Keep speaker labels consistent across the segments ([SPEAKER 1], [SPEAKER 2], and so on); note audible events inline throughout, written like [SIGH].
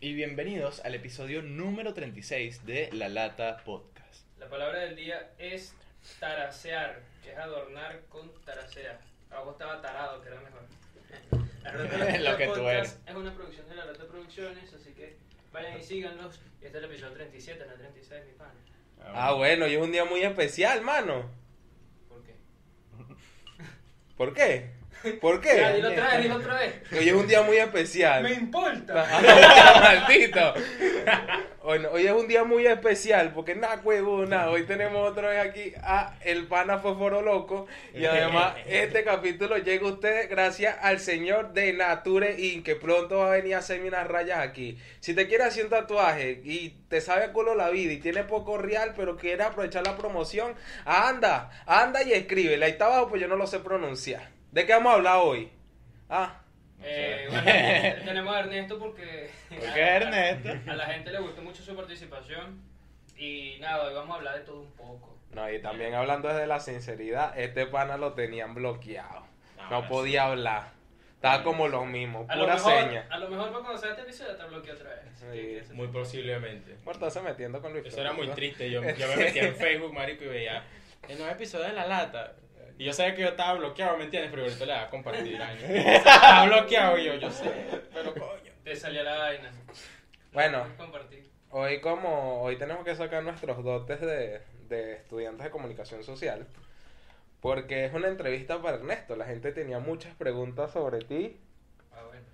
[SPEAKER 1] bienvenidos al episodio número 36 de La Lata Podcast.
[SPEAKER 2] La palabra del día es tarasear, que es adornar con tarasea. Abajo estaba tarado, que era mejor. La
[SPEAKER 3] [LAUGHS]
[SPEAKER 2] Lata de
[SPEAKER 1] Lo que tú
[SPEAKER 2] Podcast Es una producción de la Rata Producciones, así que vayan y síganlos. Y este es el episodio 37, no 36, mi pana.
[SPEAKER 3] Ah, bueno, hoy es un día muy especial, mano.
[SPEAKER 2] ¿Por qué?
[SPEAKER 3] ¿Por qué? ¿Por
[SPEAKER 2] Ya,
[SPEAKER 3] qué?
[SPEAKER 2] dilo otra vez, dilo otra
[SPEAKER 3] [LAUGHS]
[SPEAKER 2] vez.
[SPEAKER 3] Hoy es un día muy
[SPEAKER 2] ¡Me
[SPEAKER 3] especial. [LAUGHS]
[SPEAKER 2] importa!
[SPEAKER 3] Ah, Maldito. Bueno, hoy es un día muy especial porque nada, nada. hoy tenemos otra vez aquí a El Pana Fósforo Loco y además este capítulo llega a ustedes gracias al señor de Nature Inc. que pronto va a venir a hacerme unas rayas aquí. Si te quieres hacer un tatuaje y te sabe a culo la vida y tiene poco real pero quiere aprovechar la promoción, anda, anda y escríbele. Ahí está abajo pues yo no lo sé pronunciar. ¿De qué vamos a hablar hoy? Ah,
[SPEAKER 2] Eh, bueno, tenemos a Ernesto porque...
[SPEAKER 1] Porque Ernesto.
[SPEAKER 2] A la gente le gustó mucho su participación. Y nada, hoy vamos a hablar de todo un poco.
[SPEAKER 3] No, y también hablando desde la sinceridad, este pana lo tenían bloqueado.
[SPEAKER 4] Ah,
[SPEAKER 3] No podía hablar. Estaba como los mismos,
[SPEAKER 2] A lo,
[SPEAKER 3] pura
[SPEAKER 2] mejor,
[SPEAKER 3] seña.
[SPEAKER 2] a lo mejor para cuando salga este episodio te bloqueo otra vez. Así que-
[SPEAKER 3] Sí.
[SPEAKER 4] Muy posiblemente.
[SPEAKER 3] Muerto se metiendo con Luis.
[SPEAKER 4] Eso era muy
[SPEAKER 3] Fernando.
[SPEAKER 4] triste. Yo,
[SPEAKER 3] [LAUGHS]
[SPEAKER 4] yo me metía en Facebook, marico, y veía el nuevo episodio de La Lata. Y yo sabía que yo estaba bloqueado, ¿me entiendes? Pero ahorita le daba a compartir. ay, no. Estaba bloqueado y yo, yo sé. Pero coño.
[SPEAKER 2] Te salió la vaina.
[SPEAKER 3] Bueno.
[SPEAKER 2] Compartir.
[SPEAKER 3] Hoy como hoy tenemos que sacar nuestros dotes de, de estudiantes de comunicación social, porque es una entrevista para Ernesto. La gente tenía muchas preguntas sobre ti,
[SPEAKER 2] Ah, bueno.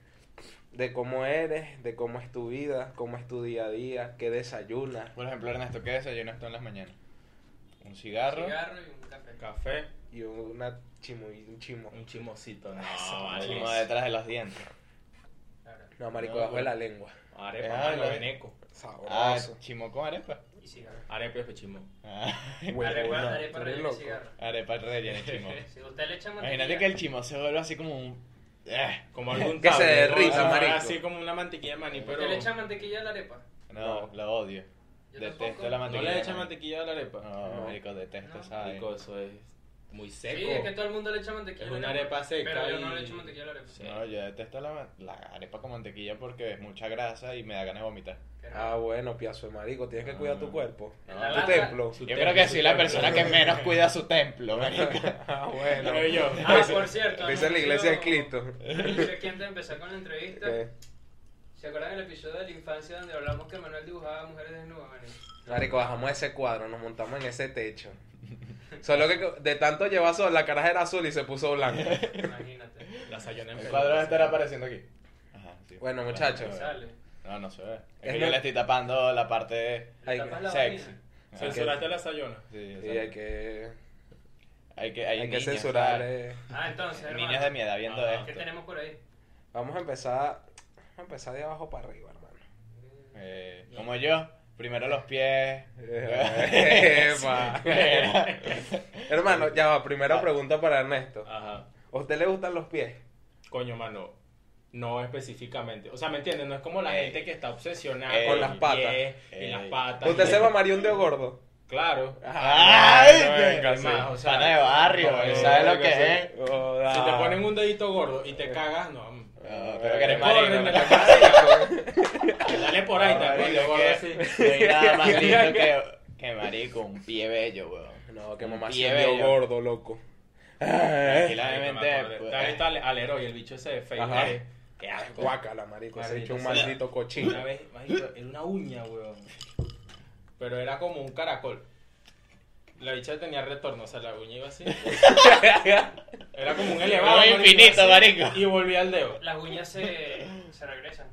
[SPEAKER 3] de cómo eres, de cómo es tu vida, cómo es tu día a día, qué desayunas.
[SPEAKER 1] Por ejemplo, Ernesto, ¿qué desayunas tú en las mañanas? ¿Un cigarro?
[SPEAKER 2] Cigarro y un café.
[SPEAKER 4] Café,
[SPEAKER 3] Y una chimu, un chimo.
[SPEAKER 4] un chimosito.
[SPEAKER 2] Ah,
[SPEAKER 4] No,
[SPEAKER 1] Eso,
[SPEAKER 4] Ah, vale.
[SPEAKER 1] Uno Ah, detrás de los dientes.
[SPEAKER 2] Claro.
[SPEAKER 3] No, marico,
[SPEAKER 4] No,
[SPEAKER 3] bajo de
[SPEAKER 4] bueno.
[SPEAKER 3] la lengua.
[SPEAKER 4] Arepa,
[SPEAKER 1] Ah,
[SPEAKER 3] eh.
[SPEAKER 4] mano,
[SPEAKER 1] la-
[SPEAKER 4] veneco.
[SPEAKER 1] Ah,
[SPEAKER 3] Sabroso.
[SPEAKER 1] chimo con arepa.
[SPEAKER 2] Y cigarro.
[SPEAKER 4] Arepa y chimo.
[SPEAKER 1] Ah,
[SPEAKER 2] arepa, arepa
[SPEAKER 3] Huevona, tú eres
[SPEAKER 2] rellena y
[SPEAKER 3] loco.
[SPEAKER 2] cigarro.
[SPEAKER 1] arepa rellena de
[SPEAKER 2] [LAUGHS]
[SPEAKER 1] chimo.
[SPEAKER 2] Si usted le echa
[SPEAKER 1] Imagínate
[SPEAKER 2] mantequilla-
[SPEAKER 1] que el chimo se vuelve así como un... Eh,
[SPEAKER 4] Como algún
[SPEAKER 3] Que se
[SPEAKER 4] tablet, ¿no?
[SPEAKER 3] derrita,
[SPEAKER 4] Ahora
[SPEAKER 3] marico.
[SPEAKER 4] Así como una mantequilla de maní, pero.
[SPEAKER 2] ¿Usted le echa mantequilla a la arepa?
[SPEAKER 1] No,
[SPEAKER 3] No.
[SPEAKER 1] lo odio.
[SPEAKER 2] Yo
[SPEAKER 1] Detesto
[SPEAKER 2] tampoco.
[SPEAKER 1] la
[SPEAKER 4] No
[SPEAKER 1] mantequilla.
[SPEAKER 4] le
[SPEAKER 1] de
[SPEAKER 4] echa
[SPEAKER 1] maní.
[SPEAKER 4] mantequilla a la arepa.
[SPEAKER 1] No,
[SPEAKER 3] No.
[SPEAKER 1] marico, detesto
[SPEAKER 2] No.
[SPEAKER 1] esa vaina.
[SPEAKER 4] Marico, eso es muy seco.
[SPEAKER 2] Ah, Sí, es que todo el mundo le echa mantequilla.
[SPEAKER 4] Es
[SPEAKER 2] a la
[SPEAKER 4] una
[SPEAKER 2] arepa
[SPEAKER 4] arepa seca
[SPEAKER 2] Pero yo no
[SPEAKER 4] y-
[SPEAKER 2] le echo mantequilla a la arepa.
[SPEAKER 4] Sí.
[SPEAKER 1] No, yo detesto la, la arepa con mantequilla porque es mucha grasa y me da ganas de vomitar.
[SPEAKER 2] Qué
[SPEAKER 3] Ah, [LAUGHS]
[SPEAKER 2] raro.
[SPEAKER 3] bueno, piazo de marico, tienes que
[SPEAKER 1] Ah.
[SPEAKER 3] cuidar tu cuerpo.
[SPEAKER 2] En
[SPEAKER 1] no,
[SPEAKER 2] la
[SPEAKER 1] tu
[SPEAKER 2] lata-
[SPEAKER 3] Tu templo.
[SPEAKER 4] Su
[SPEAKER 1] Yo
[SPEAKER 4] templo,
[SPEAKER 1] creo que
[SPEAKER 4] su
[SPEAKER 1] soy la
[SPEAKER 4] templo.
[SPEAKER 1] persona que menos cuida su templo, marico.
[SPEAKER 3] Ah, bueno.
[SPEAKER 4] Pero yo.
[SPEAKER 2] Ah,
[SPEAKER 3] Dice-
[SPEAKER 2] por cierto.
[SPEAKER 3] Dice la
[SPEAKER 2] anuncio-
[SPEAKER 3] iglesia de Cristo.
[SPEAKER 2] Anuncio aquí antes de empezar con la entrevista.
[SPEAKER 3] Que,
[SPEAKER 2] ¿Se acuerdan del episodio de la infancia donde hablamos que Manuel dibujaba mujeres desnudas, Manuel?
[SPEAKER 3] Marico, bajamos ese cuadro, nos montamos en ese techo. Solo que de tanto llevar sol, la caraja era azul y se puso blanca.
[SPEAKER 2] Imagínate.
[SPEAKER 4] [LAUGHS] La sayona en
[SPEAKER 1] El
[SPEAKER 4] pelotas.
[SPEAKER 1] cuadro va a estar apareciendo aquí. Ajá, sí.
[SPEAKER 3] Bueno, muchachos.
[SPEAKER 1] No se ve.
[SPEAKER 2] Sale.
[SPEAKER 1] No, no se ve. Es
[SPEAKER 3] Es
[SPEAKER 1] que
[SPEAKER 3] lo-
[SPEAKER 1] yo le estoy tapando la parte
[SPEAKER 2] Le
[SPEAKER 3] Ay,
[SPEAKER 2] tapas la
[SPEAKER 1] sexy.
[SPEAKER 2] vagina.
[SPEAKER 1] Ah,
[SPEAKER 4] Censuraste la sayona.
[SPEAKER 1] Sí,
[SPEAKER 3] Y hay que,
[SPEAKER 1] hay que, hay
[SPEAKER 3] hay que
[SPEAKER 1] niños,
[SPEAKER 3] censurar.
[SPEAKER 1] ¿sabes?
[SPEAKER 3] eh.
[SPEAKER 2] Ah, entonces, hermano,
[SPEAKER 1] Niños de mi edad viendo
[SPEAKER 4] Ah,
[SPEAKER 2] ¿qué
[SPEAKER 1] esto.
[SPEAKER 2] tenemos por ahí?
[SPEAKER 3] Vamos a empezar. Vamos a empezar de abajo para arriba, hermano.
[SPEAKER 1] Eh, como yo, primero los [LAUGHS] pies.
[SPEAKER 3] Epa. hermano, ya va. Primera pregunta para Ernesto.
[SPEAKER 4] Ajá.
[SPEAKER 3] ¿A usted le gustan los pies?
[SPEAKER 4] Coño, mano. No específicamente. O sea, ¿me entiendes? No es como la
[SPEAKER 1] Ey.
[SPEAKER 4] gente que está obsesionada
[SPEAKER 1] Ey.
[SPEAKER 4] con
[SPEAKER 3] Con las patas.
[SPEAKER 4] pies Y
[SPEAKER 1] Ey.
[SPEAKER 4] las patas.
[SPEAKER 3] ¿Usted
[SPEAKER 4] y-
[SPEAKER 3] se mamaría un dedo gordo?
[SPEAKER 4] Claro.
[SPEAKER 1] ¡Ay!
[SPEAKER 4] Ay,
[SPEAKER 1] venga,
[SPEAKER 4] sí.
[SPEAKER 1] más, o sea, pana de barrio,
[SPEAKER 4] no,
[SPEAKER 3] eh,
[SPEAKER 1] güey,
[SPEAKER 4] no,
[SPEAKER 1] ¿sabes
[SPEAKER 4] no,
[SPEAKER 1] lo que
[SPEAKER 4] no,
[SPEAKER 1] es?
[SPEAKER 4] Si
[SPEAKER 1] Ah.
[SPEAKER 4] te ponen un dedito gordo y te cagas, no. mm.
[SPEAKER 1] No, creo que eres
[SPEAKER 4] Corren
[SPEAKER 1] marico.
[SPEAKER 4] de
[SPEAKER 1] ¿no?
[SPEAKER 4] la casa. Dale por ahí,
[SPEAKER 1] Marico,
[SPEAKER 4] también. gordo
[SPEAKER 1] que-
[SPEAKER 4] así.
[SPEAKER 1] No hay nada [LAUGHS] más lindo que, que marico, un pie bello, weón.
[SPEAKER 3] No, que
[SPEAKER 1] Un
[SPEAKER 3] mamá
[SPEAKER 1] pie
[SPEAKER 3] se vio
[SPEAKER 1] bello.
[SPEAKER 3] gordo, loco. [LAUGHS]
[SPEAKER 1] Tranquilamente. pues,
[SPEAKER 4] También está Alero y el bicho ese de Facebook.
[SPEAKER 3] Ajá.
[SPEAKER 4] eh, Qué asco.
[SPEAKER 3] Guácala, marico. Se ha
[SPEAKER 4] Maldito
[SPEAKER 3] hecho un
[SPEAKER 4] sea.
[SPEAKER 3] maldito cochino. [LAUGHS]
[SPEAKER 4] Una vez, marico, era una uña, weón. Pero era como un caracol. La bicha tenía retorno, o sea, la uña iba así. Era como un elevado.
[SPEAKER 1] Era infinito,
[SPEAKER 4] así,
[SPEAKER 1] marico.
[SPEAKER 4] Y volvía al dedo.
[SPEAKER 2] Las uñas se, se regresan.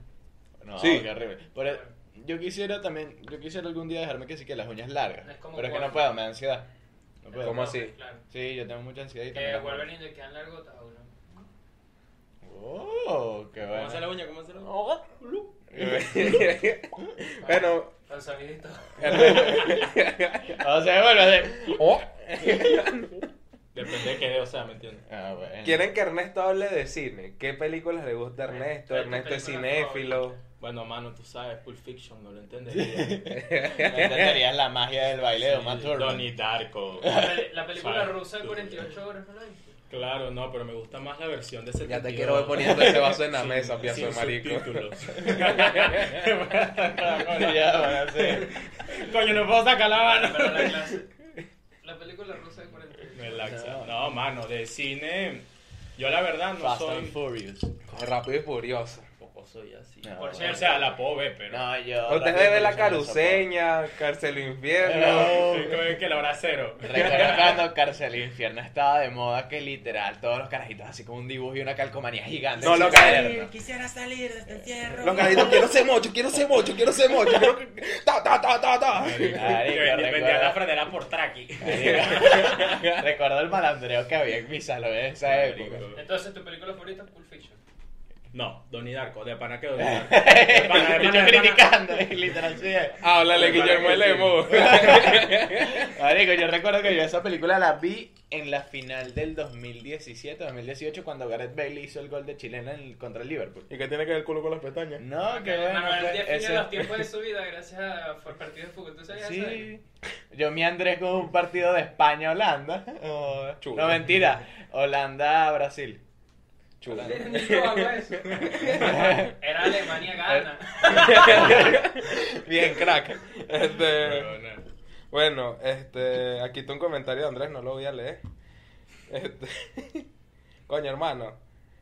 [SPEAKER 1] No,
[SPEAKER 3] Sí.
[SPEAKER 1] qué horrible. Por el- yo quisiera también, yo quisiera algún día dejarme que sí que las uñas largas.
[SPEAKER 2] Es como
[SPEAKER 1] pero es que
[SPEAKER 2] Wolverine.
[SPEAKER 1] no puedo, me da ansiedad. No puedo.
[SPEAKER 3] ¿Cómo así?
[SPEAKER 2] Claro.
[SPEAKER 1] Sí, yo tengo mucha ansiedad y también
[SPEAKER 2] Que
[SPEAKER 1] las
[SPEAKER 2] vuelven y le quedan largotas a uno.
[SPEAKER 1] uñas. Oh, qué
[SPEAKER 4] ¿Cómo hace la
[SPEAKER 1] bueno.
[SPEAKER 4] uña? ¿Cómo hace la uña?
[SPEAKER 3] bueno,
[SPEAKER 2] Con sonidito.
[SPEAKER 1] [LAUGHS]
[SPEAKER 3] [LAUGHS]
[SPEAKER 1] O sea, bueno, de...
[SPEAKER 3] oh,
[SPEAKER 4] Depende de qué dedo sea, ¿me entiendes?
[SPEAKER 1] Ah, bueno.
[SPEAKER 3] quieren que Ernesto hable de cine. ¿Qué películas le gusta a Ernesto?
[SPEAKER 2] ¿Cuál es tu
[SPEAKER 3] Ernesto es
[SPEAKER 2] película
[SPEAKER 3] cinéfilo.
[SPEAKER 2] favorita?
[SPEAKER 4] Bueno, mano, tú sabes, Pulp Fiction, no lo
[SPEAKER 3] [LAUGHS]
[SPEAKER 4] entendería.
[SPEAKER 1] entenderías la magia del baile de Uma Thurman.
[SPEAKER 4] Donnie Darko.
[SPEAKER 2] La, peli- la película
[SPEAKER 4] Sabes,
[SPEAKER 2] rusa de
[SPEAKER 4] tú.
[SPEAKER 2] 48 horas, ¿no? la viste?
[SPEAKER 4] Claro, no, pero me gusta más la versión de 72.
[SPEAKER 3] Ya te quiero ver
[SPEAKER 4] [LAUGHS]
[SPEAKER 3] poniendo ese vaso en la
[SPEAKER 4] sin-
[SPEAKER 3] mesa, piazo
[SPEAKER 4] sin
[SPEAKER 3] de marico.
[SPEAKER 4] subtítulos.
[SPEAKER 1] [LAUGHS]
[SPEAKER 4] [LAUGHS]
[SPEAKER 1] Ya, van a ser.
[SPEAKER 4] Coño, no puedo sacar la
[SPEAKER 3] Ah,
[SPEAKER 4] mano.
[SPEAKER 2] Pero la clase.
[SPEAKER 3] [LAUGHS]
[SPEAKER 2] La película rusa de 48 horas.
[SPEAKER 4] Relaxa.
[SPEAKER 1] No.
[SPEAKER 4] No, mano, de cine. Yo la verdad no
[SPEAKER 1] Fast and
[SPEAKER 4] soy.
[SPEAKER 1] Furious.
[SPEAKER 3] Rápido y furioso.
[SPEAKER 4] Tampoco soy así.
[SPEAKER 1] No.
[SPEAKER 2] Por
[SPEAKER 4] O
[SPEAKER 2] cierto,
[SPEAKER 4] sea, la puedo ver, pero.
[SPEAKER 1] No, yo.
[SPEAKER 3] Ustedes
[SPEAKER 1] Rápido y
[SPEAKER 3] ven la
[SPEAKER 1] Furioso,
[SPEAKER 3] caruseña, cárcel o infierno.
[SPEAKER 1] No.
[SPEAKER 4] Sí, como es que la hora cero.
[SPEAKER 1] [LAUGHS] Recuerdo cuando Cárcel Infierno estaba de moda que literal todos los carajitos así con un dibujo y una calcomanía gigante.
[SPEAKER 3] No,
[SPEAKER 1] en su
[SPEAKER 3] lo que-
[SPEAKER 1] cuaderno.
[SPEAKER 5] Quisiera salir de este encierro.
[SPEAKER 3] Los carajitos, quiero ser mocho, quiero ser mocho, quiero ser mocho, quiero que... Ta, ta, ta, ta, ta.
[SPEAKER 4] [LAUGHS] Que vendi- Vendían la franela por traqui.
[SPEAKER 2] [LAUGHS]
[SPEAKER 1] Marico, Recuerdo el malandreo que había en mi salón en esa época. [LAUGHS]
[SPEAKER 2] Entonces, tu película favorita es Pulp Fiction.
[SPEAKER 4] No, Donnie Darko, de pana que Donnie Darko. De pana, de
[SPEAKER 1] Y
[SPEAKER 4] pana,
[SPEAKER 1] Eh. [LAUGHS] yo
[SPEAKER 4] de pana.
[SPEAKER 1] criticando, [LAUGHS] literal, sí.
[SPEAKER 3] Háblale, Guillermo el Emo.
[SPEAKER 1] Marico, yo recuerdo que yo esa película la vi en la final del 2017-2018 cuando Gareth Bale hizo el gol de chilena en- contra el Liverpool.
[SPEAKER 3] ¿Y qué tiene que ver el culo con las pestañas?
[SPEAKER 1] No, que Ah, bueno,
[SPEAKER 2] Ah, Manuel Díaz
[SPEAKER 1] ese-
[SPEAKER 2] Piña los tiempos de su vida gracias a por partidos de fútbol. ¿Tú sabías eso?
[SPEAKER 1] Sí. Yo me andré con un partido de España-Holanda. o-
[SPEAKER 3] Chulo.
[SPEAKER 1] No, mentira. Holanda-Brasil.
[SPEAKER 3] Chula.
[SPEAKER 2] [LAUGHS] Yo hago eso. Era Alemania gana.
[SPEAKER 3] [LAUGHS] [LAUGHS] Bien, crack. Este,
[SPEAKER 4] Pero, no.
[SPEAKER 3] bueno, este, aquí está un comentario de Andrés, no lo voy a leer. Este, [LAUGHS] coño, hermano,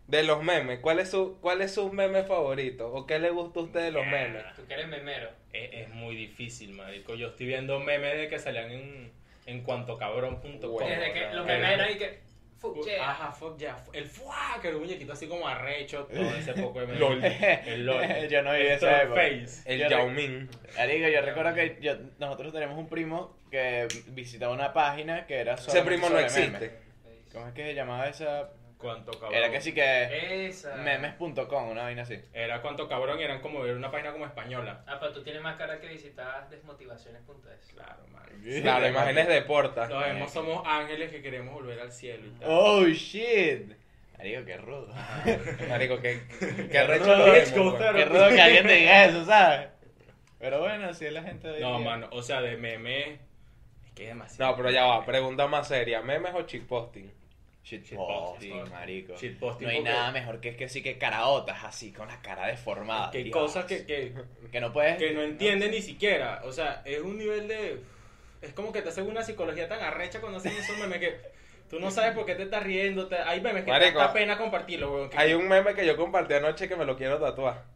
[SPEAKER 3] de los memes, ¿cuál es su, cuál es su meme favorito? ¿O qué le gusta a usted de los memes?
[SPEAKER 2] Tú que eres memero.
[SPEAKER 4] Es, es muy difícil, marico. Yo estoy viendo memes de que salían en, en cuantocabrón.com.
[SPEAKER 3] Bueno,
[SPEAKER 2] Desde que
[SPEAKER 3] no,
[SPEAKER 2] los
[SPEAKER 3] no.
[SPEAKER 2] memes eran y que. Fuck yeah.
[SPEAKER 4] Ajá, fuck ya. El fuá, que era un muñequito así como arrecho, todo
[SPEAKER 1] [LAUGHS]
[SPEAKER 4] ese poco de memes.
[SPEAKER 3] LOL.
[SPEAKER 4] El LOL.
[SPEAKER 1] Yo no vi
[SPEAKER 4] el
[SPEAKER 1] esa época.
[SPEAKER 4] Face.
[SPEAKER 3] El
[SPEAKER 1] Yo
[SPEAKER 3] Yao
[SPEAKER 1] rec-
[SPEAKER 3] Ming.
[SPEAKER 1] Marico, yo recuerdo que yo- nosotros tenemos un primo que visitaba una página que era
[SPEAKER 3] Ese
[SPEAKER 1] solamente
[SPEAKER 3] primo no
[SPEAKER 1] sobre
[SPEAKER 3] existe.
[SPEAKER 1] memes. ¿Cómo es que se llamaba esa?
[SPEAKER 4] Cuanto cabrón.
[SPEAKER 1] Era que sí que
[SPEAKER 2] Esa.
[SPEAKER 1] memes.com, una vaina así.
[SPEAKER 4] Era cuanto cabrón y eran como era una página como española.
[SPEAKER 2] Ah, pero tú tienes más cara que visitabas desmotivaciones.es.
[SPEAKER 4] Claro, man.
[SPEAKER 3] Claro, imágenes de porta.
[SPEAKER 4] Los hemos somos ángeles que queremos volver al cielo y tal.
[SPEAKER 1] Oh shit. Marico, qué
[SPEAKER 4] [LAUGHS]
[SPEAKER 1] rudo.
[SPEAKER 3] Marico, qué, qué
[SPEAKER 1] Qué
[SPEAKER 3] arrecho
[SPEAKER 1] rudo,
[SPEAKER 3] los memes,
[SPEAKER 4] qué
[SPEAKER 3] weón.
[SPEAKER 4] gusta.
[SPEAKER 1] Qué rudo que alguien te diga eso, ¿sabes? Pero bueno, así es la gente de hoy
[SPEAKER 4] No,
[SPEAKER 1] día.
[SPEAKER 4] mano, o sea, de meme. Es que es demasiado.
[SPEAKER 3] No, pero ya va, pregunta más seria, ¿memes o chickposting?
[SPEAKER 1] Shitposting,
[SPEAKER 4] Shitposting.
[SPEAKER 1] marico.
[SPEAKER 4] Shitposting,
[SPEAKER 1] no hay
[SPEAKER 4] porque-
[SPEAKER 1] nada mejor que, que sí que caraotas así, con la cara deformada.
[SPEAKER 4] Que
[SPEAKER 1] Dios.
[SPEAKER 4] cosas que, que,
[SPEAKER 1] Que no puedes...
[SPEAKER 4] que no entiende ni siquiera. O sea, es un nivel de. Es como que te hacen una psicología tan arrecha cuando hacen esos memes que tú no sabes por qué te estás riendo. te- Hay memes que te
[SPEAKER 3] Marico,
[SPEAKER 4] da pena compartirlo, weón. que-
[SPEAKER 3] Hay un meme que yo compartí anoche que me lo quiero tatuar.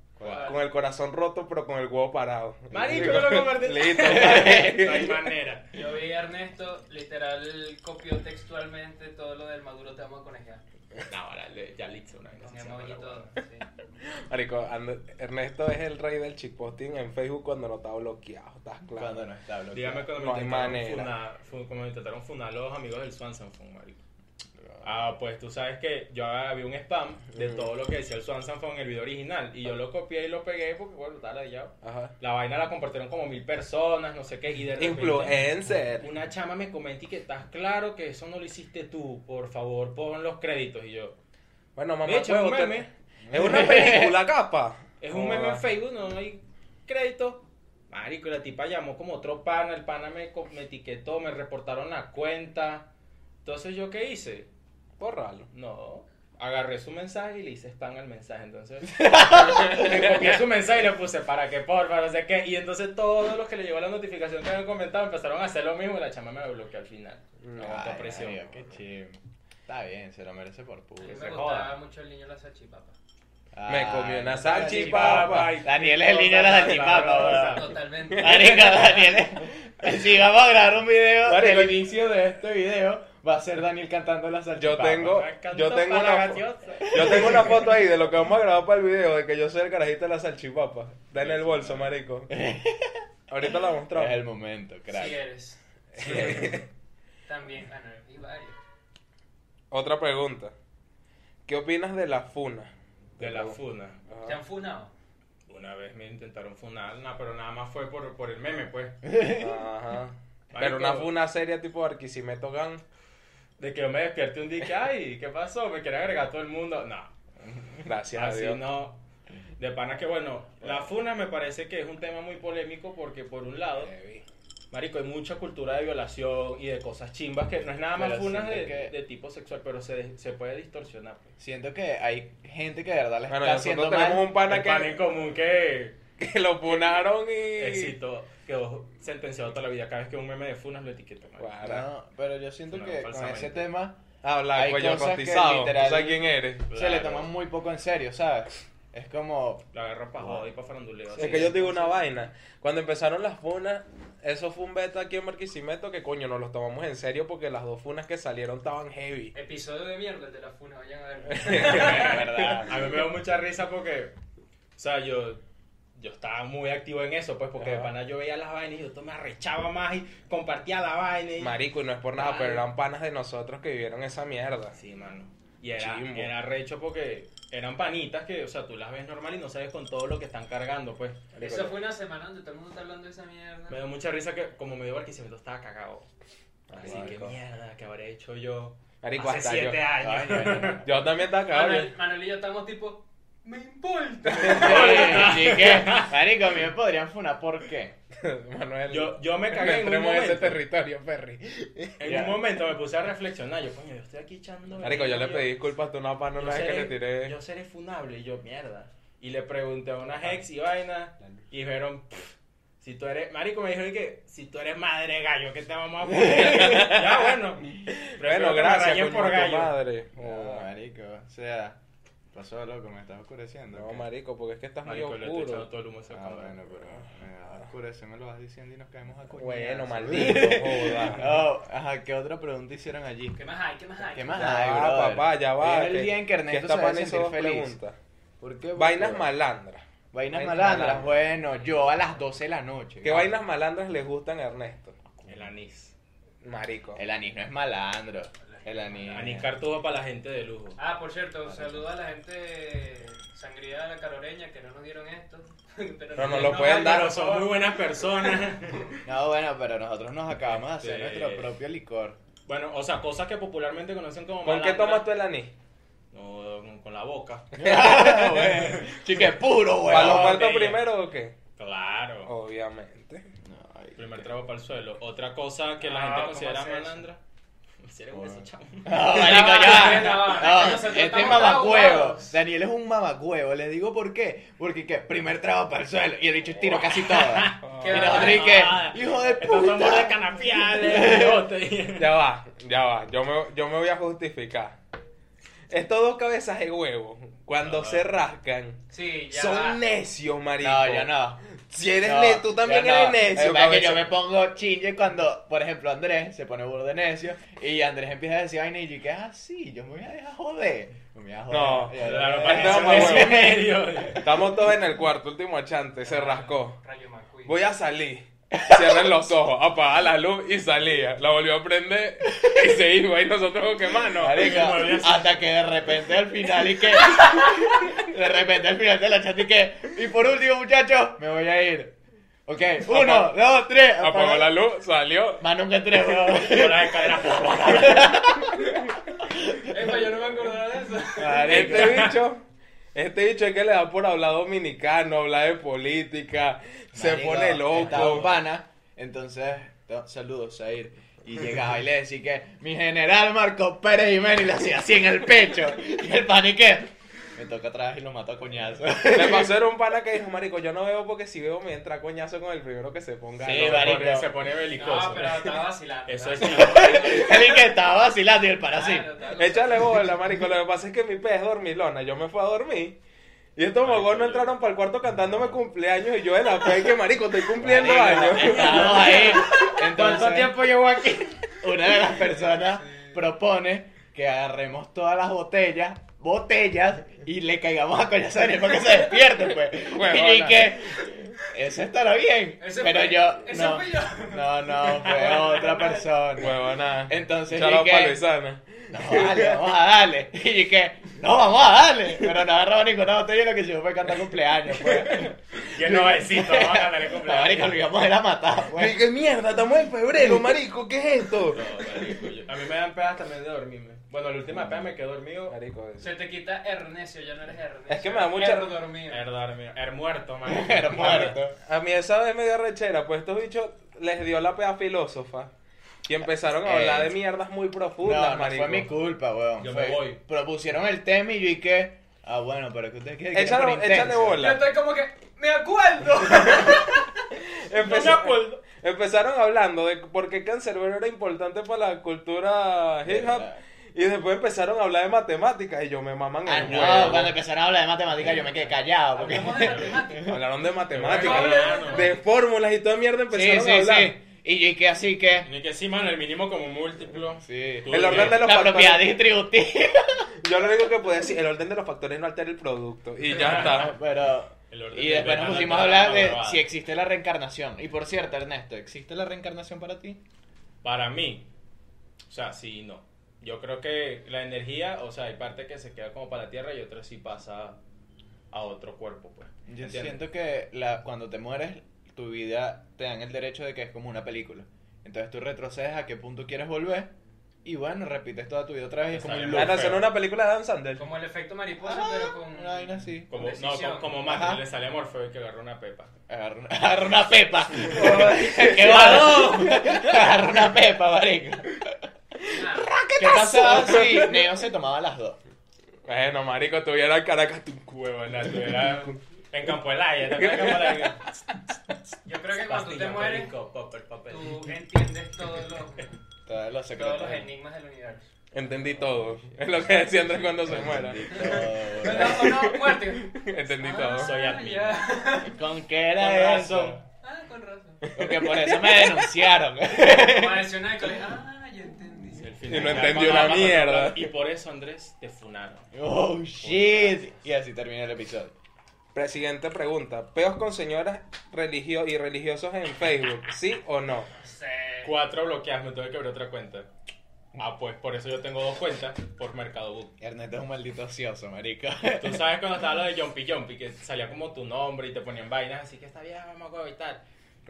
[SPEAKER 3] Con el corazón roto, pero con el huevo parado.
[SPEAKER 4] Marico,
[SPEAKER 3] Digo,
[SPEAKER 4] no lo compartí. [LAUGHS]
[SPEAKER 3] Listo.
[SPEAKER 4] no hay manera.
[SPEAKER 2] Yo vi a Ernesto, literal, copió textualmente todo lo del Maduro te vamos a conejear.
[SPEAKER 4] No, ahora le- ya listo una vez.
[SPEAKER 2] Con emoji y todo. sí.
[SPEAKER 3] Marico, And- Ernesto es el rey del chickposting en Facebook cuando no está bloqueado, estás claro.
[SPEAKER 1] Cuando no está bloqueado.
[SPEAKER 4] Dígame cuando
[SPEAKER 3] No
[SPEAKER 4] me
[SPEAKER 3] hay
[SPEAKER 4] intentaron
[SPEAKER 3] manera.
[SPEAKER 4] funar, fu- cuando me intentaron funar los amigos del Swanson Phone, marico. Ah, pues tú sabes que yo había un spam de todo lo que decía el Swanson Phone en el video original y yo lo copié y lo pegué porque, bueno, estaba ladillado.
[SPEAKER 3] Ajá.
[SPEAKER 4] La vaina la compartieron como mil personas, no sé qué, y de repente...
[SPEAKER 3] Influencer.
[SPEAKER 4] Una chama me comenta y que estás claro que eso no lo hiciste tú, por favor, pon los créditos. Y yo,
[SPEAKER 3] Bueno, mamá,
[SPEAKER 4] bicho, es
[SPEAKER 3] huevo,
[SPEAKER 4] un
[SPEAKER 3] te-
[SPEAKER 4] meme,
[SPEAKER 3] es una película capa.
[SPEAKER 4] es un meme en Facebook, no hay crédito. Marico, y la tipa llamó como otro pana, el pana me, co- me etiquetó, me reportaron la cuenta. Entonces, ¿yo qué hice?
[SPEAKER 3] Bórralo.
[SPEAKER 4] No. Agarré su mensaje y le hice spam al mensaje, entonces.
[SPEAKER 3] [LAUGHS]
[SPEAKER 4] le copié su mensaje y le puse para que porfa, no sé qué. Y entonces todos los que le llegó la notificación que habían comentado empezaron a hacer lo mismo y la chama me bloqueó al final. No aguantó
[SPEAKER 1] Ay,
[SPEAKER 4] presión.
[SPEAKER 1] marico, qué chimbo. Está bien, se lo merece por
[SPEAKER 2] A
[SPEAKER 1] puro.
[SPEAKER 2] mí
[SPEAKER 4] Que
[SPEAKER 2] me
[SPEAKER 4] se
[SPEAKER 2] gustaba
[SPEAKER 4] joda.
[SPEAKER 2] mucho el niño la salchipapa.
[SPEAKER 3] Me comió una salchipapa.
[SPEAKER 4] Chipapa y-
[SPEAKER 1] Daniel es el niño de la salchipapa,
[SPEAKER 4] Sabrosa.
[SPEAKER 1] bro.
[SPEAKER 2] Totalmente.
[SPEAKER 1] Marico, [LAUGHS] Daniel. Si vamos a grabar un video,
[SPEAKER 3] Marico.
[SPEAKER 1] el inicio de este video va a ser Daniel cantando la salchipapa.
[SPEAKER 3] Yo tengo, yo
[SPEAKER 4] Canto
[SPEAKER 3] tengo
[SPEAKER 4] para
[SPEAKER 3] una, fo-
[SPEAKER 4] gaseosa.
[SPEAKER 3] yo tengo una foto ahí de lo que vamos a grabar para el video de que yo soy el carajito de la salchipapa. Está en el bolso,
[SPEAKER 4] [LAUGHS]
[SPEAKER 3] marico. Ahorita la mostramos.
[SPEAKER 1] Es el momento, crack.
[SPEAKER 4] eh.
[SPEAKER 2] Si eres. También, ah, no, y varios.
[SPEAKER 3] Otra pregunta. ¿Qué opinas de la funa?
[SPEAKER 4] De la funa.
[SPEAKER 3] Ajá.
[SPEAKER 2] ¿Te han funado?
[SPEAKER 4] Una vez me intentaron funar, na, pero nada más fue por, por el meme, pues.
[SPEAKER 3] [LAUGHS] Ajá. Pero una
[SPEAKER 4] Marico.
[SPEAKER 3] funa seria tipo Arquisimeto Gang.
[SPEAKER 4] De que yo me despierte un día y que, ay, ¿qué pasó? Me quiere agregar todo el mundo. No,
[SPEAKER 3] Gracias a
[SPEAKER 4] así
[SPEAKER 3] Dios.
[SPEAKER 4] no. De pana que, bueno, la funa me parece que es un tema muy polémico porque, por un lado, marico, hay mucha cultura de violación y de cosas chimbas que no es nada más
[SPEAKER 1] Pero
[SPEAKER 4] funas de,
[SPEAKER 1] siento que-
[SPEAKER 4] de tipo sexual, pero se, se puede distorsionar. pues.
[SPEAKER 1] Siento que hay gente que de verdad le
[SPEAKER 3] Bueno,
[SPEAKER 1] está haciendo
[SPEAKER 3] nosotros tenemos
[SPEAKER 1] mal.
[SPEAKER 3] un pana
[SPEAKER 4] El pan
[SPEAKER 3] que,
[SPEAKER 4] en común que
[SPEAKER 3] [LAUGHS] que lo punaron y.
[SPEAKER 4] éxito quedó sentenciado toda la vida. Cada vez que un meme de funas lo etiqueta. marico.
[SPEAKER 3] Guau.
[SPEAKER 1] No, pero yo siento
[SPEAKER 4] No,
[SPEAKER 1] que con
[SPEAKER 4] falsamente.
[SPEAKER 1] ese tema
[SPEAKER 3] Habla,
[SPEAKER 1] Hay
[SPEAKER 3] Ah, cuello
[SPEAKER 1] cosas que
[SPEAKER 3] costizado.
[SPEAKER 1] literal-
[SPEAKER 3] ¿Tú sabes quién eres?
[SPEAKER 1] se le
[SPEAKER 4] Claro.
[SPEAKER 1] toman muy poco en serio, ¿sabes? Es como.
[SPEAKER 4] La agarra para joder y para faranduleo.
[SPEAKER 3] es que yo te digo una vaina. Cuando empezaron las funas, eso fue un beta aquí en Marquisimeto que coño nos los tomamos en serio porque las dos funas que salieron estaban heavy.
[SPEAKER 2] Episodio de mierda el de la funa, vayan a ver.
[SPEAKER 4] A mí me da mucha risa porque, o sea, yo, yo estaba muy activo en eso, pues, porque de
[SPEAKER 1] Ajá.
[SPEAKER 4] pana yo veía las vainas y yo to- me arrechaba más y compartía la vaina. Y...
[SPEAKER 3] Marico, y no es por nada,
[SPEAKER 4] Claro.
[SPEAKER 3] pero eran panas de nosotros que vivieron esa mierda.
[SPEAKER 4] Sí, mano. Y era,
[SPEAKER 3] Chimbo.
[SPEAKER 4] era recho porque eran panitas que, o sea, tú las ves normal y no sabes con todo lo que están cargando, pues.
[SPEAKER 2] Eso fue una semana donde todo el mundo está hablando de esa mierda.
[SPEAKER 4] Me da mucha risa que, como medio barquisimeto, estaba cagado. Así que
[SPEAKER 3] Marico.
[SPEAKER 4] mierda, ¿qué habré hecho yo?
[SPEAKER 3] Marico,
[SPEAKER 4] Hace
[SPEAKER 3] hasta yo.
[SPEAKER 4] siete años.
[SPEAKER 3] Yo también estaba cagado.
[SPEAKER 2] Manuel, Manuel y yo estamos tipo, me importa.
[SPEAKER 1] Así que, marico, a mí me podrían funar, ¿por qué?
[SPEAKER 3] yo- [LAUGHS] Manuel.
[SPEAKER 4] Yo, yo me
[SPEAKER 3] no
[SPEAKER 4] cagué en un
[SPEAKER 3] entremos en ese
[SPEAKER 4] momento.
[SPEAKER 3] territorio, Perry.
[SPEAKER 4] En
[SPEAKER 1] Ya.
[SPEAKER 4] un momento me puse a reflexionar. Yo, coño, yo estoy aquí echando.
[SPEAKER 3] Marico, yo le
[SPEAKER 4] veneno,
[SPEAKER 3] pedí disculpas a tu una pana
[SPEAKER 4] yo
[SPEAKER 3] una vez que
[SPEAKER 4] seré-
[SPEAKER 3] le tiré.
[SPEAKER 4] Yo seré funable. Y yo, mierda. Y le pregunté a unas ex y vaina. Y dijeron, "Pff, si tú eres. Marico me dijo y que si tú eres madre gallo, ¿qué te vamos
[SPEAKER 3] [LAUGHS]
[SPEAKER 4] a poner? ya, bueno. Prefiero
[SPEAKER 3] Bueno,
[SPEAKER 4] que me
[SPEAKER 3] gracias,
[SPEAKER 4] rayen
[SPEAKER 3] coño,
[SPEAKER 4] por
[SPEAKER 3] tu
[SPEAKER 4] gallo.
[SPEAKER 3] madre. Oh,
[SPEAKER 1] No, Oh, marico, o sea, pasó loco, me estás oscureciendo.
[SPEAKER 3] No,
[SPEAKER 1] ¿qué?
[SPEAKER 3] marico, porque es que estás muy
[SPEAKER 4] Marico, le estoy echando
[SPEAKER 3] oscuro.
[SPEAKER 4] todo el humo a esa
[SPEAKER 1] Ah,
[SPEAKER 4] cámara.
[SPEAKER 1] bueno, pero eh, oscurece, me lo vas diciendo y nos caemos a coñazo. [LAUGHS]
[SPEAKER 3] Bueno, maldito, joda.
[SPEAKER 1] Oh, ajá, ¿qué otra pregunta hicieron allí?
[SPEAKER 2] ¿Qué más hay? ¿Qué más hay?
[SPEAKER 1] ¿Qué más
[SPEAKER 3] Ya
[SPEAKER 1] hay,
[SPEAKER 3] va,
[SPEAKER 1] brother?
[SPEAKER 3] papá, ya va,
[SPEAKER 1] Viene
[SPEAKER 3] que-
[SPEAKER 1] el día en que Ernesto
[SPEAKER 3] esta
[SPEAKER 1] se va a
[SPEAKER 3] pana hizo
[SPEAKER 1] sentir
[SPEAKER 3] dos
[SPEAKER 1] feliz.
[SPEAKER 3] preguntas.
[SPEAKER 1] ¿Por qué?
[SPEAKER 3] Vainas
[SPEAKER 1] malandras.
[SPEAKER 3] malandras.
[SPEAKER 1] Vainas
[SPEAKER 3] Vainas
[SPEAKER 1] malandras,
[SPEAKER 3] malandras.
[SPEAKER 1] bueno, yo a las 12 de la noche.
[SPEAKER 3] ¿Qué
[SPEAKER 1] Ah,
[SPEAKER 3] vainas malandras les gustan a Ernesto?
[SPEAKER 4] El anís.
[SPEAKER 3] Marico.
[SPEAKER 1] El anís no es malandro. El anís.
[SPEAKER 4] Anís cartujo para la gente de lujo.
[SPEAKER 2] Ah, por cierto, saludo a la gente sangría de la caroreña que no nos dieron esto. [LAUGHS] Pero
[SPEAKER 3] No, no
[SPEAKER 2] nos
[SPEAKER 3] lo
[SPEAKER 2] dieron
[SPEAKER 3] pueden
[SPEAKER 2] algo.
[SPEAKER 3] dar.
[SPEAKER 4] Pero son muy buenas personas. [LAUGHS]
[SPEAKER 1] No, bueno, pero nosotros nos acabamos de hacer
[SPEAKER 4] Este-
[SPEAKER 1] nuestro propio
[SPEAKER 3] [LAUGHS]
[SPEAKER 1] licor. [LAUGHS]
[SPEAKER 4] Bueno, o sea, cosas que popularmente conocen como
[SPEAKER 3] ¿Con qué
[SPEAKER 4] malandra.
[SPEAKER 3] tomas tú el anís?
[SPEAKER 4] No, con, con la boca.
[SPEAKER 1] bueno. Chique, puro,
[SPEAKER 3] ¿Para los
[SPEAKER 1] weón.
[SPEAKER 3] muertos
[SPEAKER 4] botella.
[SPEAKER 3] primero o qué?
[SPEAKER 4] Claro.
[SPEAKER 3] Obviamente.
[SPEAKER 1] No, ay,
[SPEAKER 4] Primer
[SPEAKER 1] qué-
[SPEAKER 4] trago para el suelo. Otra cosa que la
[SPEAKER 2] Ah,
[SPEAKER 4] gente
[SPEAKER 2] ¿cómo
[SPEAKER 4] considera
[SPEAKER 2] hace eso?
[SPEAKER 4] malandra. Me hicieron hueso, chamo.
[SPEAKER 1] No, marico, ya.
[SPEAKER 2] No, no,
[SPEAKER 1] No,
[SPEAKER 2] nosotros
[SPEAKER 1] este es
[SPEAKER 2] estamos
[SPEAKER 1] mamacuevo.
[SPEAKER 2] ahogados.
[SPEAKER 1] Daniel es un mamacuevo. Les digo por qué. Porque que primer trago para el suelo. Y el bicho tiro casi todo.
[SPEAKER 2] Qué
[SPEAKER 1] Y
[SPEAKER 2] barato.
[SPEAKER 1] nosotros y que, hijo de
[SPEAKER 4] Estos son
[SPEAKER 1] puta.
[SPEAKER 4] de canafiales. [LAUGHS] de bote.
[SPEAKER 3] Ya va, ya va. Yo me, yo me voy a justificar. Estos dos cabezas de huevo, cuando
[SPEAKER 4] Ajá.
[SPEAKER 3] se rascan,
[SPEAKER 2] Sí, ya
[SPEAKER 3] son
[SPEAKER 2] va.
[SPEAKER 3] necios, marico.
[SPEAKER 1] No, yo no.
[SPEAKER 3] Si eres
[SPEAKER 1] No,
[SPEAKER 3] necio, tú también
[SPEAKER 1] yo no.
[SPEAKER 3] eres
[SPEAKER 1] Lo
[SPEAKER 3] necio,
[SPEAKER 1] que pasa es que
[SPEAKER 3] cabeza.
[SPEAKER 1] yo me pongo chinge cuando, por ejemplo, Andrés se pone burro de necio y Andrés empieza a decir vaina y yo que ah, sí, yo me voy a dejar joder. No, me voy a joder.
[SPEAKER 3] No,
[SPEAKER 1] Y yo,
[SPEAKER 4] Claro,
[SPEAKER 1] eh,
[SPEAKER 4] para eso
[SPEAKER 3] no,
[SPEAKER 4] es
[SPEAKER 3] huevo.
[SPEAKER 4] medio.
[SPEAKER 3] Estamos todos en el cuarto, último achante, se rascó.
[SPEAKER 2] Rayo McQueen.
[SPEAKER 3] Voy a salir. Cierren los ojos, apaga la luz y salía. La volvió a prender y se iba. Y nosotros con qué mano. [LAUGHS]
[SPEAKER 1] marica,
[SPEAKER 4] me voy a hacer-
[SPEAKER 1] hasta que de repente al final y que de repente al final de la chat y que y por último muchachos me voy a ir. Ok, uno,
[SPEAKER 3] Apag-
[SPEAKER 1] dos, tres.
[SPEAKER 3] Apagó la luz, salió.
[SPEAKER 1] Más nunca tres, weón.
[SPEAKER 4] Por las escaleras.
[SPEAKER 2] Epa, yo no me acordaba de eso.
[SPEAKER 3] [LAUGHS]
[SPEAKER 1] Marica.
[SPEAKER 3] Este bicho, este bicho es que le da por hablar dominicano, hablar de política, se
[SPEAKER 1] Marico,
[SPEAKER 3] pone
[SPEAKER 1] estaba un
[SPEAKER 3] loco.
[SPEAKER 1] pana, entonces, to- saludos, Zair. Y llegaba y le decía que mi general Marco Pérez Jiménez y le hacía así en el pecho. Y el pan y que me toca otra vez y lo mató a coñazo. [LAUGHS]
[SPEAKER 3] Le pasó era un pana que dijo, marico, yo no veo porque si veo me entra coñazo con el primero que se ponga.
[SPEAKER 1] Sí,
[SPEAKER 3] loco".
[SPEAKER 1] marico.
[SPEAKER 4] Porque Se pone belicoso.
[SPEAKER 2] No, pero estaba vacilando.
[SPEAKER 4] [LAUGHS] Eso es
[SPEAKER 2] Estaba
[SPEAKER 4] chido.
[SPEAKER 1] Él y que estaba vacilando y el pan así.
[SPEAKER 2] vacilando, estaba
[SPEAKER 3] Échale bola, marico. Lo que pasa es que mi pez es dormilona. Yo me fui a dormir. Y estos
[SPEAKER 4] Marico,
[SPEAKER 3] mogones
[SPEAKER 4] yo-
[SPEAKER 3] entraron para el cuarto cantándome cumpleaños. Y yo de la fe que, marico, estoy cumpliendo
[SPEAKER 1] Marico,
[SPEAKER 3] años.
[SPEAKER 1] Estamos ahí.
[SPEAKER 4] ¿Cuánto
[SPEAKER 1] Entonces,
[SPEAKER 4] tiempo llevo aquí?
[SPEAKER 1] una de las personas propone que agarremos todas las botellas botellas y le caigamos a coñazo a Daniel para que se despierte pues y
[SPEAKER 3] Huevona.
[SPEAKER 1] que eso estará bien
[SPEAKER 2] Ese
[SPEAKER 1] pero
[SPEAKER 2] fue-
[SPEAKER 1] yo
[SPEAKER 2] ese
[SPEAKER 1] no
[SPEAKER 2] fui yo.
[SPEAKER 1] no no fue otra persona
[SPEAKER 3] Huevona.
[SPEAKER 1] entonces
[SPEAKER 3] Chalo
[SPEAKER 1] dije-
[SPEAKER 3] pa' Luisana.
[SPEAKER 1] no vale vamos a darle y dije no vamos a darle pero no agarraba ninguna botella y lo que hicimos fue cantar cumpleaños
[SPEAKER 3] [LAUGHS]
[SPEAKER 1] pues
[SPEAKER 4] Yo no besito, vamos a cantar el
[SPEAKER 1] la marica
[SPEAKER 4] cumpleaños.
[SPEAKER 1] lo íbamos a ir a matar pues
[SPEAKER 3] Dije, mierda, estamos en febrero, marico. ¿Qué es esto?
[SPEAKER 4] No, marico, yo- A mí me dan pedas también de dormirme. Bueno, la última peda me quedé dormido.
[SPEAKER 3] Marico, es-
[SPEAKER 2] Se te quita Ernesio, ya no eres Ernesio.
[SPEAKER 3] Es que me da mucha-
[SPEAKER 2] Er dormido.
[SPEAKER 4] Er dormido. Er muerto, man.
[SPEAKER 1] [LAUGHS] Era muerto.
[SPEAKER 3] A mí esa vez me dio rechera, pues estos bichos les dio la pea filósofa y empezaron
[SPEAKER 1] Eh.
[SPEAKER 3] a hablar de mierdas muy profundas,
[SPEAKER 1] No, no
[SPEAKER 3] marico.
[SPEAKER 1] fue mi culpa, weón.
[SPEAKER 4] Yo
[SPEAKER 1] Fue-
[SPEAKER 4] me voy.
[SPEAKER 1] Propusieron el tema y yo y que. Ah, bueno, pero es que ustedes quieren
[SPEAKER 3] Échalo-
[SPEAKER 1] quieren por
[SPEAKER 3] échale
[SPEAKER 1] intenso.
[SPEAKER 3] bola.
[SPEAKER 2] Yo estoy como que, me acuerdo.
[SPEAKER 3] Empezó- [LAUGHS] Empezaron hablando de por qué Cancerbero era importante para la cultura hip hop
[SPEAKER 1] Verdad.
[SPEAKER 3] y después empezaron a hablar de matemáticas y yo me maman
[SPEAKER 1] Ah,
[SPEAKER 3] el
[SPEAKER 1] no,
[SPEAKER 3] huevo.
[SPEAKER 1] cuando empezaron a hablar de matemáticas yo me quedé callado. Ah, Porque... [LAUGHS]
[SPEAKER 2] Hablamos de matemáticas.
[SPEAKER 3] Hablaron de
[SPEAKER 2] No
[SPEAKER 3] matemáticas,
[SPEAKER 2] hables de matemáticas.
[SPEAKER 3] de fórmulas y toda mierda
[SPEAKER 1] Sí,
[SPEAKER 3] empezaron a
[SPEAKER 1] sí,
[SPEAKER 3] hablar.
[SPEAKER 1] sí. Y yo y que así que.
[SPEAKER 4] Ni que sí, mano, el mínimo como múltiplo.
[SPEAKER 1] Sí.
[SPEAKER 4] Tú-
[SPEAKER 3] El orden de los
[SPEAKER 1] La propiedad
[SPEAKER 3] factores.
[SPEAKER 1] distributiva.
[SPEAKER 3] Yo lo único que podía decir, el orden de los factores no altera el producto y
[SPEAKER 1] [LAUGHS]
[SPEAKER 3] ya está.
[SPEAKER 1] Ah, Pero.
[SPEAKER 4] El orden
[SPEAKER 1] Y
[SPEAKER 4] de
[SPEAKER 1] después nos
[SPEAKER 4] Bernal
[SPEAKER 1] pusimos a
[SPEAKER 4] Alcalá,
[SPEAKER 1] hablar de
[SPEAKER 4] huevada.
[SPEAKER 1] si existe la reencarnación. Y por cierto, Ernesto, ¿existe la reencarnación para ti?
[SPEAKER 4] Para mí, o sea, sí y no. Yo creo que la energía, o sea, hay parte que se queda como para la tierra y otra sí pasa a otro cuerpo, pues.
[SPEAKER 1] Yo
[SPEAKER 4] ¿Entiendes?
[SPEAKER 1] siento que la, cuando te mueres, tu vida te dan el derecho de que es como una película. Entonces tú retrocedes a qué punto quieres volver y bueno, repites toda tu vida otra vez y es como un
[SPEAKER 4] Lo
[SPEAKER 3] La
[SPEAKER 1] loop.
[SPEAKER 4] Exacto.
[SPEAKER 3] razón
[SPEAKER 4] feo.
[SPEAKER 3] es una película de Dan Sandler.
[SPEAKER 2] Como el efecto mariposa, pero con...
[SPEAKER 1] Una vaina así.
[SPEAKER 4] Como, no,
[SPEAKER 2] Decisión.
[SPEAKER 4] como, como Matrix,
[SPEAKER 1] Ajá.
[SPEAKER 4] le sale a Morfeo y que agarra una pepa.
[SPEAKER 1] Agarra una, [LAUGHS] agarra una pepa. [LAUGHS] ¡Qué varón! Agarra una pepa, marico.
[SPEAKER 2] Ah,
[SPEAKER 1] ¿Qué pasaba si Neo se tomaba las dos?
[SPEAKER 3] Bueno, marico, tuviera en Caracas tu
[SPEAKER 4] Huevo, [LAUGHS] en la tierra. En Campo Elaya, también en Campo Elaya.
[SPEAKER 2] yo [LAUGHS] creo que cuando tú te
[SPEAKER 4] Pastilla,
[SPEAKER 2] mueres,
[SPEAKER 4] perico, popper, popper.
[SPEAKER 2] tú entiendes todos los,
[SPEAKER 1] Todos los secretos.
[SPEAKER 2] todos los enigmas del universo. [LAUGHS]
[SPEAKER 3] Entendí todo. Es lo que decía Andrés cuando se muera.
[SPEAKER 2] No,
[SPEAKER 1] Todo.
[SPEAKER 2] no, no, muerte.
[SPEAKER 3] Entendí
[SPEAKER 2] Ah,
[SPEAKER 3] todo.
[SPEAKER 4] Soy admin.
[SPEAKER 2] ya.
[SPEAKER 1] ¿Con qué era
[SPEAKER 4] Con
[SPEAKER 1] eso?
[SPEAKER 4] razón.
[SPEAKER 2] Ah, con [LAUGHS] razón.
[SPEAKER 1] Porque por eso me
[SPEAKER 4] [LAUGHS]
[SPEAKER 1] denunciaron.
[SPEAKER 2] Como decía una de colegio, ah, ya entendí.
[SPEAKER 4] El final.
[SPEAKER 3] Y no
[SPEAKER 4] Ya,
[SPEAKER 3] entendió
[SPEAKER 4] cuando
[SPEAKER 3] una
[SPEAKER 4] la pasan,
[SPEAKER 3] mierda.
[SPEAKER 4] Y por eso, Andrés, te funaron.
[SPEAKER 1] Oh shit. Y así termina el episodio.
[SPEAKER 3] La siguiente pregunta. ¿Peos con señoras religio y religiosos en Facebook? ¿Sí o no?
[SPEAKER 2] Sí.
[SPEAKER 4] Cuatro bloqueadas, me tuve que abrir otra cuenta. Ah, pues por eso yo tengo dos cuentas por Mercado Book.
[SPEAKER 1] Ernesto es un maldito ocioso,
[SPEAKER 4] [LAUGHS]
[SPEAKER 1] marico.
[SPEAKER 4] Tú sabes cuando estaba lo de Jumpy Jumpy, que salía como tu nombre y te ponían vainas, así que está bien, vamos a evitar.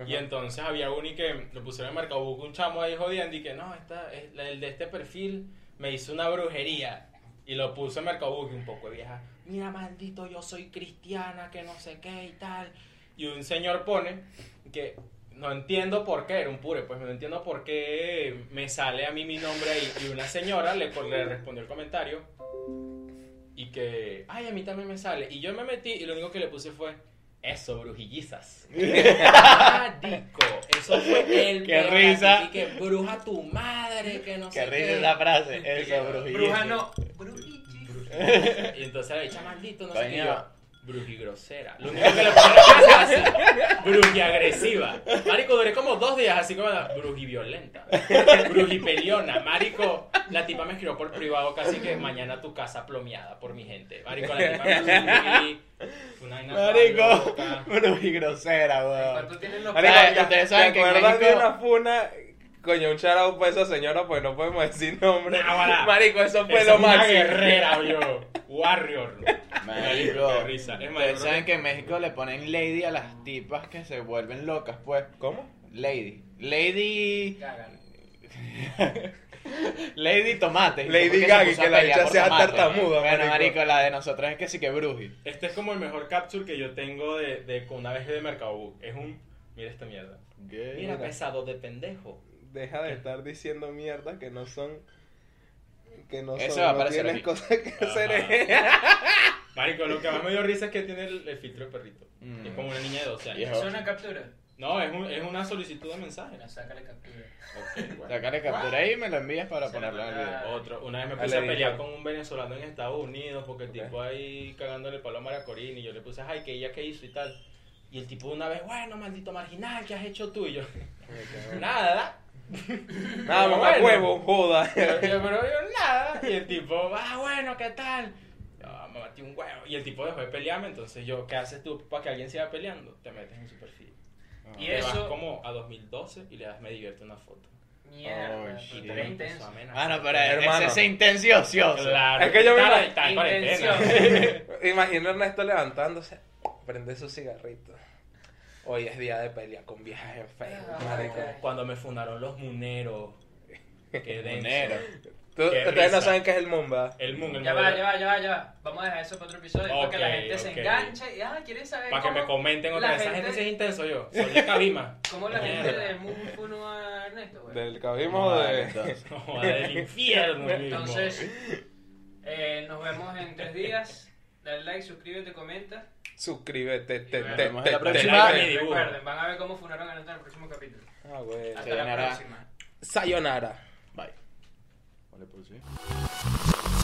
[SPEAKER 4] Y entonces había uno y que lo pusieron en Mercado Book, un chamo ahí jodiendo y que no, esta, es- la- el de este perfil me hizo una brujería. Y lo puso en Mercado Book y un poco de vieja. Mira, maldito, yo soy cristiana, que no sé qué y tal. Y un señor pone que no entiendo por qué, era un pure, pues no entiendo por qué me sale a mí mi nombre ahí. Y una señora le, le respondió el comentario y que, ay, a mí también me sale. Y yo me metí y lo único que le puse fue,
[SPEAKER 1] [LAUGHS]
[SPEAKER 4] eso, brujillizas. Marico, eso fue el
[SPEAKER 1] Qué
[SPEAKER 4] peor,
[SPEAKER 1] risa.
[SPEAKER 4] así que bruja tu madre, que no
[SPEAKER 1] Qué
[SPEAKER 4] sé
[SPEAKER 1] risa
[SPEAKER 4] qué.
[SPEAKER 1] esa frase. Eso, brujillo.
[SPEAKER 2] Bruja no. Brujillo.
[SPEAKER 4] Y entonces la bicha maldito, no sé qué.
[SPEAKER 1] Coño.
[SPEAKER 4] y yo, Bruji grosera. Lo único que le puse así. Bruji agresiva. Marico, duré como dos días así como bruji violenta. Bruji peleona. Marico, la tipa me escribió por privado casi que mañana tu casa plomeada por mi gente. Marico, la tipa me escribió. Una vaina
[SPEAKER 1] Marico.
[SPEAKER 4] loca.
[SPEAKER 1] Bruji grosera, weón.
[SPEAKER 2] ¿Cuánto tienen los
[SPEAKER 1] Marico,
[SPEAKER 2] padres?
[SPEAKER 1] ya- ustedes saben
[SPEAKER 3] ¿Te
[SPEAKER 1] que en
[SPEAKER 3] acuerdas de
[SPEAKER 1] México-
[SPEAKER 3] una funa? Coño, un charao para esa señora, pues no podemos decir nombre.
[SPEAKER 4] Náguara.
[SPEAKER 3] Marico, eso fue
[SPEAKER 4] Esa
[SPEAKER 3] lo
[SPEAKER 4] es una
[SPEAKER 3] máximo.
[SPEAKER 4] guerrera, bro. Warrior.
[SPEAKER 1] Marico.
[SPEAKER 4] Qué risa.
[SPEAKER 1] Ustedes
[SPEAKER 4] Es más, yo creo
[SPEAKER 1] saben que en México le ponen lady a las tipas que se vuelven locas, pues.
[SPEAKER 3] ¿Cómo?
[SPEAKER 1] Lady. Lady.
[SPEAKER 2] Gagan.
[SPEAKER 1] Lady Tomate.
[SPEAKER 3] Lady
[SPEAKER 1] ¿Por qué se
[SPEAKER 3] Gaga,
[SPEAKER 1] puso a
[SPEAKER 3] que la
[SPEAKER 1] pelear
[SPEAKER 3] bicha
[SPEAKER 1] por
[SPEAKER 3] sea
[SPEAKER 1] tomate?
[SPEAKER 3] tartamuda,
[SPEAKER 1] Bueno,
[SPEAKER 3] marico.
[SPEAKER 1] marico, la de nosotros es que sí que bruji.
[SPEAKER 4] Este es como el mejor capture que yo tengo de, de con una vez de Mercado Book. Es un. Mira esta mierda. Mira,
[SPEAKER 3] Mira. pues.
[SPEAKER 4] pesado de pendejo.
[SPEAKER 3] Deja de estar diciendo mierda que no son. Que no
[SPEAKER 1] Eso
[SPEAKER 3] son.
[SPEAKER 1] va a
[SPEAKER 3] no
[SPEAKER 1] aparecer
[SPEAKER 3] tienes
[SPEAKER 1] aquí.
[SPEAKER 3] cosas que [LAUGHS]
[SPEAKER 4] Ajá.
[SPEAKER 3] hacer.
[SPEAKER 4] Marico, lo que más me dio risa es que tiene el, el filtro de perrito.
[SPEAKER 1] Mm.
[SPEAKER 4] Es como una niña de 12 años.
[SPEAKER 1] Viejo.
[SPEAKER 2] ¿Es una captura?
[SPEAKER 4] No, es, un- es una solicitud de mensaje.
[SPEAKER 2] Bueno, sácale captura.
[SPEAKER 4] Ok, bueno.
[SPEAKER 1] Sacale pues. captura ahí y me lo envías para
[SPEAKER 2] Se la
[SPEAKER 1] ponerlo en el
[SPEAKER 2] manda-
[SPEAKER 1] video.
[SPEAKER 4] Otro, una vez me
[SPEAKER 3] Dale,
[SPEAKER 4] puse a
[SPEAKER 3] dile.
[SPEAKER 4] pelear con un venezolano en Estados Unidos porque el
[SPEAKER 3] Ok.
[SPEAKER 4] tipo ahí cagándole el palo a Maracorín y yo le puse, ay, que ella que hizo y tal. Y el tipo de una vez, bueno, maldito marginal, ¿qué has hecho tú? Y yo,
[SPEAKER 3] Nada,
[SPEAKER 4] nada. Pero
[SPEAKER 3] mamá
[SPEAKER 4] bueno.
[SPEAKER 3] huevo, joda. [LAUGHS]
[SPEAKER 4] Pero yo, pero yo nada. Y el tipo, ah, bueno, ¿qué tal? Yo, "Ah, me batí un huevo. Y el tipo dejó de pelearme, entonces yo, ¿qué haces tú para que alguien siga peleando? Te metes en su perfil.
[SPEAKER 2] Y
[SPEAKER 4] Te vas
[SPEAKER 2] eso...
[SPEAKER 4] como a 2012 y le das me divierte una foto.
[SPEAKER 1] Oh,
[SPEAKER 2] Mierda.
[SPEAKER 1] shit.
[SPEAKER 2] Pero
[SPEAKER 4] Empezó a
[SPEAKER 2] intenso.
[SPEAKER 4] amenazar.
[SPEAKER 1] Ah, no, pero
[SPEAKER 3] Hermano.
[SPEAKER 1] ese es intenso y ocioso.
[SPEAKER 4] Claro.
[SPEAKER 3] Es que yo me
[SPEAKER 4] Está-
[SPEAKER 3] imag-
[SPEAKER 4] está en
[SPEAKER 2] Intención.
[SPEAKER 4] cuarentena. [LAUGHS]
[SPEAKER 3] Imagino a Ernesto levantándose, prende su cigarrito. Hoy es día de pelea con viejas en Facebook,
[SPEAKER 2] Ah.
[SPEAKER 3] marico.
[SPEAKER 4] Cuando me fundaron los muneros. Qué
[SPEAKER 1] Monero.
[SPEAKER 4] denso.
[SPEAKER 3] Tú-
[SPEAKER 4] Qué
[SPEAKER 3] Ustedes no
[SPEAKER 4] risa. Eh,
[SPEAKER 3] saben qué es el Mumba.
[SPEAKER 4] El mundo, el
[SPEAKER 2] Ya va,
[SPEAKER 4] mundo.
[SPEAKER 2] ya va, ya va, ya va. Vamos a dejar eso para otro episodio. después
[SPEAKER 4] Ok,
[SPEAKER 2] que la gente
[SPEAKER 4] ok.
[SPEAKER 2] se enganche y, ah, quieren saber
[SPEAKER 4] Para que me
[SPEAKER 2] cómo,
[SPEAKER 4] comenten otra
[SPEAKER 2] la
[SPEAKER 4] vez. Esa
[SPEAKER 2] gente-
[SPEAKER 4] gente sí es intenso yo. Soy de Cabima.
[SPEAKER 2] cómo la gente
[SPEAKER 4] Mierda.
[SPEAKER 2] le mundo uno a Ernesto, pues. güey.
[SPEAKER 3] Del cabismo
[SPEAKER 1] Vale,
[SPEAKER 3] de.
[SPEAKER 1] entonces.
[SPEAKER 4] [LAUGHS] No,
[SPEAKER 2] [LAUGHS]
[SPEAKER 4] joda, del infierno mismo.
[SPEAKER 2] Entonces, eh, nos vemos en tres días. Dale like, suscríbete, comenta.
[SPEAKER 3] Suscríbete. Te,
[SPEAKER 2] Nos
[SPEAKER 3] te,
[SPEAKER 1] vemos en la
[SPEAKER 3] te-
[SPEAKER 1] próxima.
[SPEAKER 3] te-
[SPEAKER 4] Like
[SPEAKER 3] te-
[SPEAKER 4] mi dibujo.
[SPEAKER 2] Recuerden, van a ver cómo funaron a Ernesto en el próximo capítulo.
[SPEAKER 3] Ah, güey.
[SPEAKER 2] Hasta la
[SPEAKER 1] Sayonara.
[SPEAKER 2] próxima.
[SPEAKER 3] Sayonara.
[SPEAKER 1] Bye. Vale, por sí.